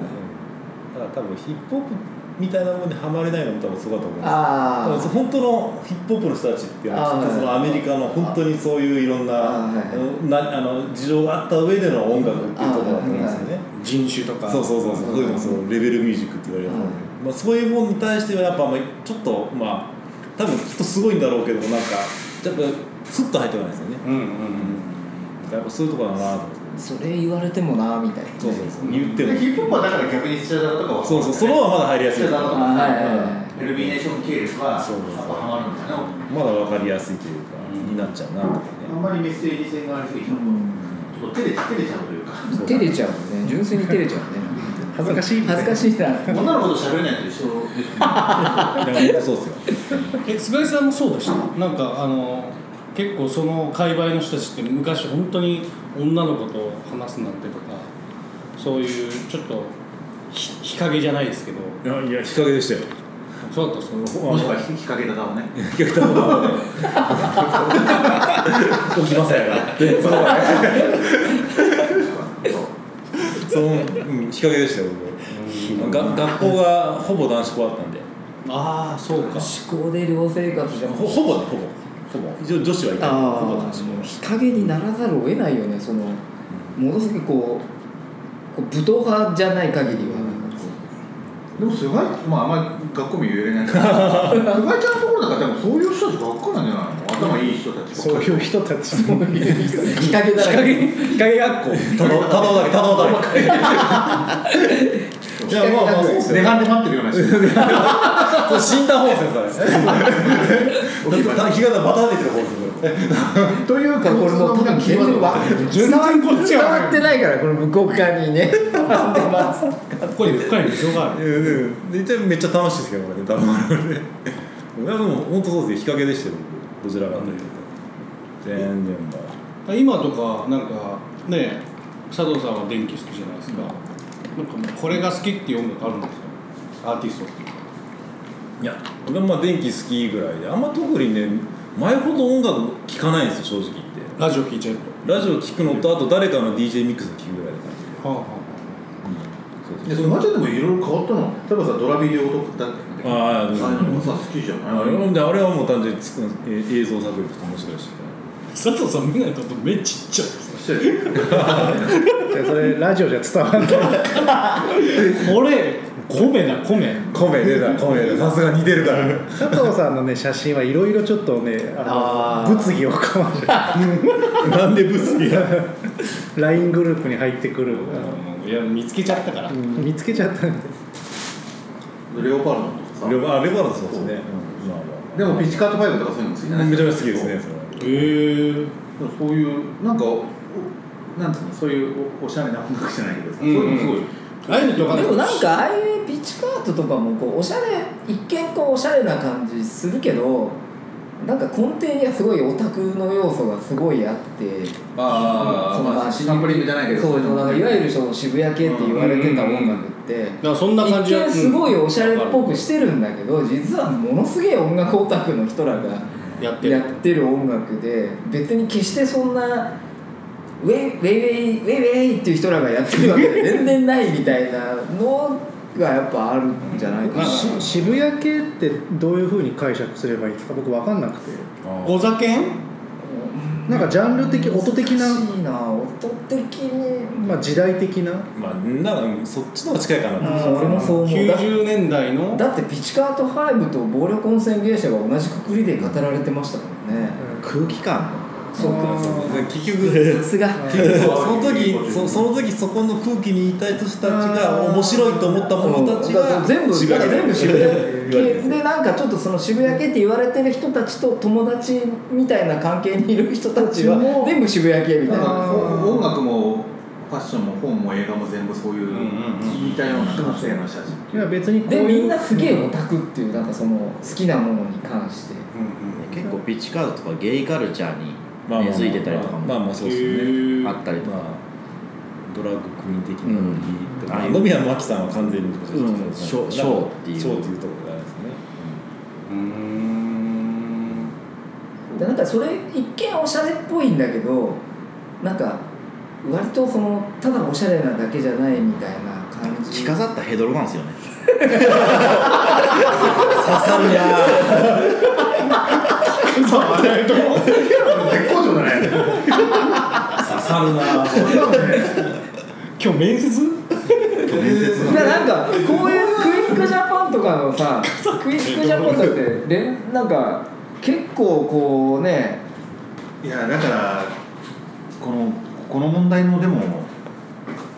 Speaker 3: ら多分ヒップホップみたいなものにはまれないのも多分そうだと思うんですよ多
Speaker 1: あ
Speaker 3: 分本当のヒップホップの人たちっていうのは
Speaker 1: あー
Speaker 3: きっとそのアメリカの本当にそういういろんな
Speaker 1: あーはい
Speaker 3: うんなあの事情があった上での音楽っていうところだと思うんですよね
Speaker 5: 人種とか
Speaker 3: そうそうそうそうそういうのそのレベルミュージックって言われるもので、まあ、そういうものに対してはやっぱまあちょっとまあ多分きっとすごいんだろうけどなんかやっぱスッと入ってこないですよね
Speaker 5: うんうんうん
Speaker 3: やっぱそういうところだなと思っ
Speaker 1: あ
Speaker 3: て
Speaker 1: それ言われてもなみたいな
Speaker 3: そうそうそう言っても
Speaker 4: でヒップホップはだから逆にスチャダラとかは
Speaker 3: そうそう、その方がまだ入りやすい。
Speaker 4: スチャダラとか
Speaker 1: あはいはい
Speaker 4: さ
Speaker 1: は
Speaker 4: ルビーネーション系列はやっぱ
Speaker 3: そうそうそう
Speaker 4: ハマるんだ
Speaker 3: まだ
Speaker 4: よね
Speaker 3: わかりやすいというか、になっちゃうなとかね。
Speaker 4: あんまりメッセージ性がありすぎて、ちょっと手で手でちゃうというか
Speaker 1: い照れちゃうね純粋に照れちゃうね恥ずかしい恥ずかしいな
Speaker 4: 女の子と喋れないと一緒でし
Speaker 3: い
Speaker 4: ょ
Speaker 3: や、本当そうですよ。
Speaker 5: え菅井さんもそうでしたなんかあの結構その界隈の人たちって昔本当に女の子と話すなんてとかそういうちょっとひ日陰じゃないですけど
Speaker 3: いや、いや、日陰でしたよ。
Speaker 5: そうだったその
Speaker 4: もしくは日日陰だをね
Speaker 3: 起きませんその、うん、日陰でしたよ僕が学校がほぼ男子校だったんで
Speaker 5: ああそうか
Speaker 1: 思考で寮生活じゃん
Speaker 3: ほほぼねほぼほぼ一応女子はいたほぼ
Speaker 1: あ
Speaker 3: 男子
Speaker 1: あ日陰にならざるを得ないよねそのものすごくこうこう武闘派じゃない限りはなんかこ
Speaker 4: でも菅井まああんまり学校名言えれないけど菅井ちゃんのところなんかでもそういう人たちばっかなんじゃないの頭いい人たち
Speaker 6: そういう人たちもいる
Speaker 1: う日陰だらけ
Speaker 3: 日陰学校
Speaker 8: ただただだけただだけ
Speaker 1: いやまあまあそうです
Speaker 4: 値段で待ってるような人
Speaker 3: それ診断方針され
Speaker 8: 日がまた出てる方ですよ
Speaker 1: というかこれもう多分全然わ伝わ伝わってないからこの向こう側にね
Speaker 5: ここに深い溝がある
Speaker 3: 大体めっちゃ楽しいですけどね多分ねいやでも本当そうです日陰でしたよ僕どちらかというと全然だ
Speaker 5: 今とかなんかね佐藤さんは電気好きじゃないですか、なんかもうこれが好きっていう音楽あるんですかアーティストって
Speaker 3: いや俺はまあ電気好きぐらいであんま特にね前ほど音楽聴かないんですよ正直言って
Speaker 5: ラジオ聴いちゃう
Speaker 3: ラジオ聴くのとあと誰かの DJ ミックス聴くぐらいだか
Speaker 5: とはあは
Speaker 4: いやそれマジでもいろいろ変わったの例えばさドラビデオとかだって
Speaker 3: らああ
Speaker 4: ああいうのもさ好きじゃない
Speaker 3: あれはもう単純につくえ映像作品として面白いし
Speaker 5: あ佐藤さん見ないと目ちっちゃい
Speaker 6: じゃあそれラジオじゃ伝わんない
Speaker 5: これ米だ米
Speaker 8: 米出た米出たさすが似てるから
Speaker 6: 佐藤さんのね写真はいろいろちょっとねあ
Speaker 1: あー
Speaker 6: の物議をかまして
Speaker 8: なんで物議が
Speaker 6: LINE グループに入ってくる、
Speaker 5: いや見つけちゃったから、
Speaker 6: うん見つけちゃったんで
Speaker 4: レオパルドとかさ
Speaker 3: レバあレバーだそうですねうんまあま
Speaker 4: でもピチカートファイブとかそういうの好きじゃ
Speaker 3: あ
Speaker 4: ない
Speaker 3: めちゃめちゃ
Speaker 4: か
Speaker 3: 好きですねそれは
Speaker 5: へえ
Speaker 4: でもそういうなんかおなんつうのそういうおおしゃれな音楽じゃないけどさ、
Speaker 5: うん
Speaker 4: そういうのすごい
Speaker 5: ああいうのとか
Speaker 1: でもなんかああいうピチカートとかもこうおしゃれ一見こうおしゃれな感じするけどなんか根底にはすごいオタクの要素がすごいあって
Speaker 4: あ
Speaker 1: その
Speaker 4: まあサンプリングじゃないけど
Speaker 1: そう
Speaker 4: い
Speaker 1: そうなんかいわゆるその渋谷系って言われてた音楽って
Speaker 5: だからそんな感
Speaker 1: 一
Speaker 5: じは
Speaker 1: 見すごいおしゃれっぽくしてるんだけど実はものすげえ音楽オタクの人らが
Speaker 5: やってる
Speaker 1: やってる音楽で別に決してそんなウェイウェイウェイウェイウェイっていう人らがやってるわけ で全然ないみたいなのがやっぱあるんじゃないかな。
Speaker 6: し渋谷系ってどういうふうに解釈すればいいですか僕分かんなくて
Speaker 5: お酒
Speaker 6: なんかジャンル的音的な、
Speaker 1: 難しいな音的に
Speaker 6: まあ、時代的な
Speaker 3: まあなんかそっちの方が近いかなと
Speaker 1: うん俺もそう思うだ
Speaker 5: 90年代の
Speaker 1: だってピチカート5と暴力温泉芸者が同じくくりで語られてましたからね
Speaker 2: 空気感
Speaker 1: そうか
Speaker 3: 結局
Speaker 1: さすが
Speaker 3: その時そその時そこの空気にいた人たちが面白いと思った者たち
Speaker 1: だか
Speaker 3: が
Speaker 1: ら全部
Speaker 3: 渋谷で
Speaker 1: 全部渋谷
Speaker 3: 言われて
Speaker 1: 系
Speaker 3: る
Speaker 1: でなんかちょっとその渋谷系って言われてる人たちと友達みたいな関係にいる人たちは全部渋谷系みた
Speaker 4: ないん
Speaker 1: な
Speaker 4: かこう音楽もファッションも本も映画も全部そういう似たような感性の写真
Speaker 6: いや別にこう
Speaker 1: で
Speaker 6: いう
Speaker 1: みんなすげえオタクっていうなんかその好きなものに関して
Speaker 2: 結構ピッチカードとかゲイカルチャーに
Speaker 3: まあまあ
Speaker 2: 根付いてたりとか
Speaker 3: まあ
Speaker 2: も
Speaker 3: まあそうですね
Speaker 2: あったりとか、
Speaker 3: まあドラッグクイーン的なノリと
Speaker 2: うんああ
Speaker 3: か
Speaker 2: いう
Speaker 3: 野宮真紀さんは完全に
Speaker 2: うんショーショーっていう
Speaker 3: ショーっていうところがあるんですね
Speaker 5: うん
Speaker 1: でなんかそれ一見おしゃれっぽいんだけどなんか割とそのただおしゃれなだけじゃないみたいな感じ
Speaker 2: 着飾ったヘドロなんですよね刺さるな
Speaker 4: 絶好調だね
Speaker 3: 刺さるな
Speaker 5: 今日面接
Speaker 1: いやなんかこういうクイックジャパンとかのさクイックジャパンだってれんなんか結構こうね
Speaker 4: いやだからこのこの問題もでも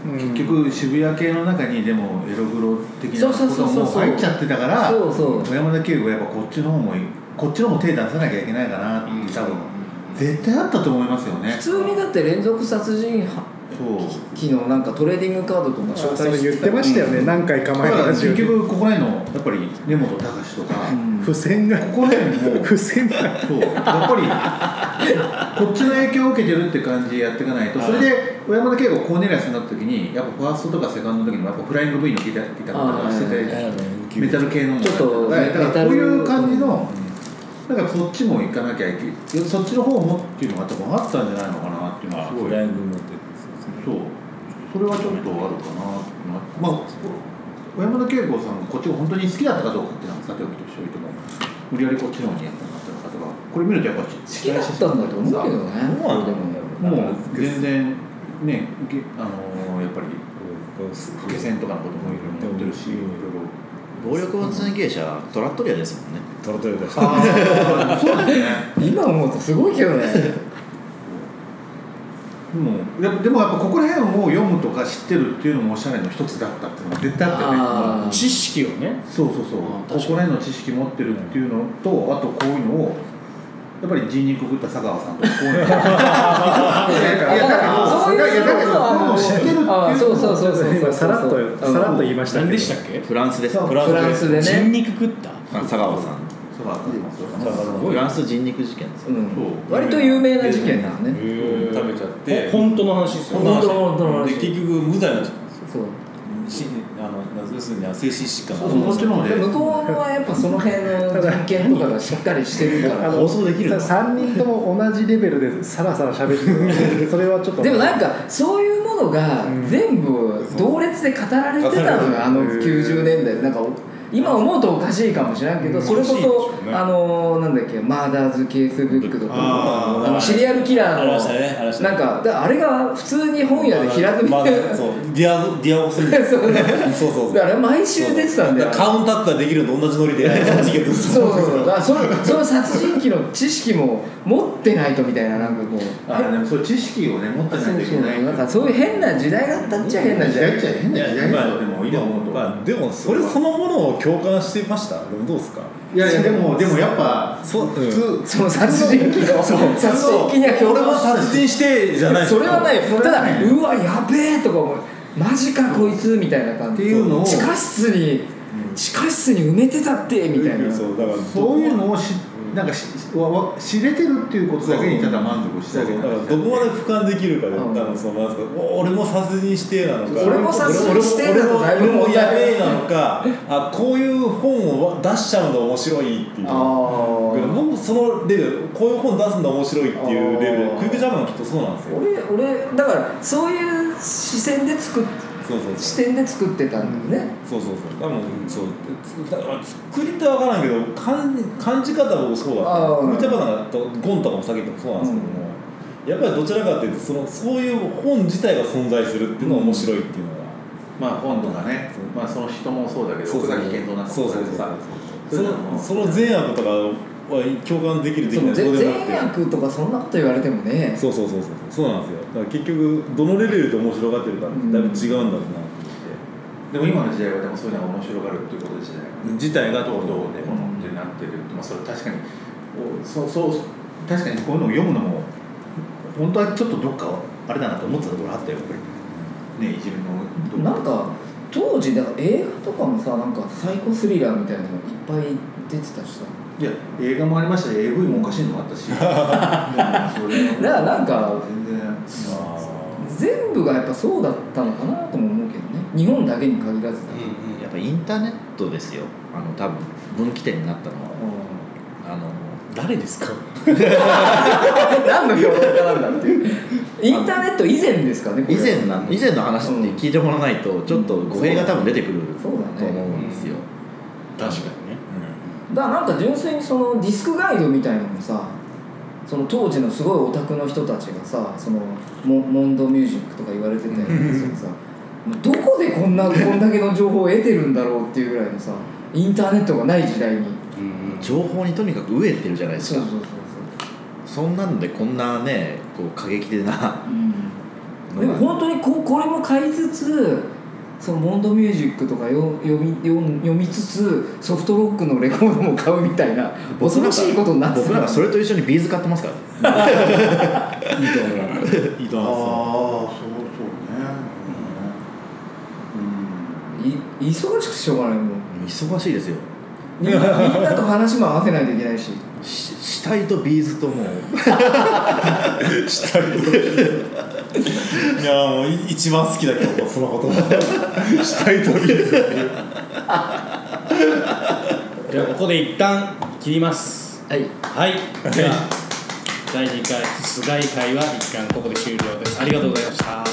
Speaker 6: うん
Speaker 4: 結局渋谷系の中にでもエログロ的な
Speaker 1: そう
Speaker 4: こ
Speaker 1: そう
Speaker 4: と
Speaker 1: そうそう
Speaker 4: も入っちゃってたから
Speaker 1: そうそう
Speaker 4: 小山田圭吾はやっぱこっちの方もこっちの方も手出さなきゃいけないかなって多分絶対あったと思いますよね
Speaker 1: 普通にだって連続殺人犯
Speaker 4: そう
Speaker 1: 機のなんかトレーディングカードとか
Speaker 6: あ
Speaker 1: 紹
Speaker 6: それ
Speaker 1: 介して
Speaker 6: 言ってましたよね、何回か
Speaker 4: だ
Speaker 6: 前
Speaker 4: か
Speaker 6: の
Speaker 4: ら
Speaker 6: ラジオ
Speaker 4: 結
Speaker 6: で
Speaker 4: 局ここら辺のやっぱり根本隆とか
Speaker 1: うん
Speaker 6: 付箋が
Speaker 4: ここら辺も
Speaker 6: 付箋が
Speaker 4: そうやっぱこっちの影響を受けてるって感じでやっていかないとそれで小山田圭吾コーネリアスになった時にやっぱファーストとかセカンドの時にもやっぱフライング V のギターギターとかしててメタル系のも
Speaker 1: ちょっと
Speaker 4: だからだから
Speaker 1: メタル
Speaker 4: こういう感じのなんかそっちも行かなきゃいけないそっちの方もっていうのが多分あったんじゃないのかなっていうのはすごい
Speaker 9: フライング持ってる
Speaker 4: そうそれはちょっとあるかなっていうのはまあ小山田圭吾さんがこっちが本当に好きだったかどうかっていうのはさておきとしておいても無理やりこっちの方にやったなっていうのがこれ見るとやっぱ好
Speaker 1: 好きだったんだと思うけどね
Speaker 7: そうなんだ
Speaker 1: で
Speaker 7: よ
Speaker 1: も
Speaker 4: もう全然ねげあのーやっぱり付け線とかのこともいろいろ載ってるしいろいろ
Speaker 7: 暴力温泉芸者トラットリアですもんね
Speaker 9: トロトロだし
Speaker 1: 今思うとすごいけどね
Speaker 4: もうやっぱでもやっぱここら辺を読むとか知ってるっていうのもおしゃれの一つだったっていうのが絶対あったよね
Speaker 1: あー
Speaker 5: 知識をね
Speaker 4: そうそうそう
Speaker 5: あー
Speaker 4: こ
Speaker 5: 確か
Speaker 4: こ
Speaker 5: に
Speaker 4: ら辺の知識持ってるっていうのとあとこういうのをやっぱり人肉食った佐川さんとかこ ういうのいやだ
Speaker 1: あーそういう
Speaker 4: けどいやだけど
Speaker 1: ことは
Speaker 4: こういうのを知ってるっていうの
Speaker 1: あー
Speaker 4: も
Speaker 1: そうそうそうそうそう
Speaker 6: 今さらっとさらっと言いましたけ
Speaker 5: 何
Speaker 6: ど
Speaker 5: でしたっけ
Speaker 7: フランスです
Speaker 4: そう
Speaker 7: フ
Speaker 1: フランスで
Speaker 5: 人
Speaker 1: ね
Speaker 5: 肉食った
Speaker 7: 佐川さん
Speaker 4: 佐川さんもそう
Speaker 9: だから
Speaker 7: フランス人肉事件ですよ
Speaker 1: うん
Speaker 4: そう
Speaker 1: 割と有名な事件だよね
Speaker 5: へ
Speaker 9: 食べちゃって
Speaker 5: 本当の話ですよね
Speaker 1: 本当本当の話
Speaker 9: で結局無罪になっちゃったんです
Speaker 1: そう
Speaker 9: よしあの要するに精神疾患
Speaker 4: そうそうそっちの方で
Speaker 1: で向こうはやっぱその辺の人権とかがしっかりしてるから
Speaker 7: 放送できるの
Speaker 6: 3人とも同じレベルでさらさら喋ってるそれはちょっと
Speaker 1: でもなんかそういうものが全部同列で語られてたのよあの90年代なんかお今思うとおかしいかもしれんけどそれこそあのーなんだっけマーダーズケースブックとか
Speaker 5: あ
Speaker 1: あのシリアルキラー
Speaker 9: ありましたねありま
Speaker 1: の
Speaker 9: した
Speaker 1: な
Speaker 9: ね
Speaker 1: んかだあれが普通に本屋で平積み
Speaker 9: まあ
Speaker 1: で
Speaker 9: そうディアディアゴスみたいな
Speaker 1: そう
Speaker 9: そうそうそう
Speaker 1: だから毎週出てたんだよ
Speaker 9: カウンタックができるのと同じノリで事件です
Speaker 1: そうそうそうだからそのその殺人鬼の知識も持ってないとみたいななんかこう
Speaker 4: あーでもそういう知識をね持って
Speaker 1: そう
Speaker 4: ないとい
Speaker 1: そ
Speaker 4: け
Speaker 1: う
Speaker 4: ない
Speaker 1: なんかそういう変な時代だったっちゃ変な時代
Speaker 4: っちゃ変な時代ですよでも今思うと
Speaker 3: まあ、でもそれそのものを共感してましたでもどうですか
Speaker 4: いやいやでもでもやっぱ
Speaker 3: そう、うん、
Speaker 4: 普
Speaker 1: その殺人鬼の殺人鬼には共
Speaker 3: 俺も
Speaker 1: 感
Speaker 3: 殺人してじゃない
Speaker 1: それはないよ
Speaker 4: それは
Speaker 1: ただ
Speaker 4: ないう
Speaker 1: わやべえとか思うマジかこいつみたいな感じ
Speaker 4: っていうのを
Speaker 1: 地下室に地下室に埋めてたってみたいな
Speaker 3: そうだから
Speaker 4: そういうのをしなんかしわわ知れてるっていうことだけにただ満足し
Speaker 3: そ
Speaker 4: た
Speaker 3: う
Speaker 4: い
Speaker 3: そうだからどこまで俯瞰できるかで、
Speaker 1: うん
Speaker 3: 多分そのなんですかお俺も殺人してなのか
Speaker 1: 俺も殺人してだとだいぶ
Speaker 3: 俺
Speaker 1: 問
Speaker 3: も俺もや
Speaker 1: 題
Speaker 3: べえなのかあこういう本を出しちゃうのが面白いっていう
Speaker 1: あー
Speaker 3: 僕もそのレベルこういう本出すんだ面白いっていうレベル
Speaker 1: あー
Speaker 3: クイックジャムはきっとそうなんですよ
Speaker 1: 俺俺だからそういう視線で作っ
Speaker 3: そうそうそう
Speaker 1: 視点で作ってたんだよね
Speaker 3: そうそうそう多分そうつだから作り手は分からんけど感感じ方もそうだ
Speaker 1: あー
Speaker 3: った作り手はなんかとゴンとかも下げてもそうなんですけども、やっぱりどちらかっていうとそのそういう本自体が存在するっていうのが面白いっていうのが、
Speaker 4: まあ今度がねまあその人もそうだけど奥崎健三なんか
Speaker 3: そう
Speaker 4: も
Speaker 3: そうそう
Speaker 4: でさ
Speaker 3: そのその善悪とかは共感できるでき
Speaker 1: そ
Speaker 3: ない
Speaker 1: の
Speaker 3: そうでもなくて
Speaker 1: 善悪とかそんなこと言われてもね
Speaker 3: そうそうそうそうそうなんですよだから結局どのレベルで面白がってるかだいぶ違うんだろうなと思って、
Speaker 4: でも今の時代はでもそういうのが面白がるっていうこと自体が
Speaker 3: 自体が
Speaker 4: どうどうでもってなってるってまあそれ確かにおそうそう確かにこういうのを読むのも本当はちょっとどっかあれだなと思ってたところあったよやっぱりねいじめのとこ
Speaker 1: なんか当時だから映画とかもさなんかサイコスリラーみたいなのいっぱい出てたしさ
Speaker 4: いや映画もありましたし AV もおかしいのもあった しでもそれも
Speaker 1: だからなんか
Speaker 4: 全然
Speaker 1: 全部がやっぱそうだったのかなとも思うけどね日本だけに限らずだけど
Speaker 7: やっぱインターネットですよあの多分分岐点になったのはあの
Speaker 9: 誰ですか
Speaker 1: 何の評論家なんだっていうインターネット以前ですかねこ
Speaker 7: 以
Speaker 1: れは
Speaker 7: 前な以前の話って聞いてもらわないとちょっと語弊が多分出てくると
Speaker 1: そうだね
Speaker 7: 思うんですよ、
Speaker 5: 確かにね
Speaker 1: だからなんか純粋にそのディスクガイドみたいなのもさその当時のすごいオタクの人たちがさそのモモンドミュージックとか言われてたようなやつをさもうどこでこんなこんだけの情報を得てるんだろうっていうぐらいのさインターネットがない時代に
Speaker 5: うん
Speaker 7: 情報にとにかく飢えてるじゃないです
Speaker 1: そう
Speaker 7: か
Speaker 1: そうそう
Speaker 7: そんなんでこんなねこう過激でな
Speaker 1: そう、うん、でも本当にここれも買いつつそのモンドミュージックとかよ読み読み読みつつソフトロックのレコードも買うみたいな恐ろしいことになって
Speaker 7: 僕
Speaker 1: た
Speaker 7: なんかそれと一緒にビーズ買ってますから
Speaker 9: いいと思い ます
Speaker 3: いいと
Speaker 4: ああ
Speaker 3: 思います
Speaker 4: そうそうねうん
Speaker 1: い忙しくてしょうがないもん
Speaker 7: 忙しいですよ
Speaker 1: みんなみんなと話も合わせないといけないし
Speaker 7: し死体とビーズともう
Speaker 3: いやもうい一番好きだけどその 言葉死体とビーズ
Speaker 5: じゃあここで一旦切ります
Speaker 1: はい
Speaker 5: はいじゃあ第2回菅井会は一旦ここで終了ですありがとうございました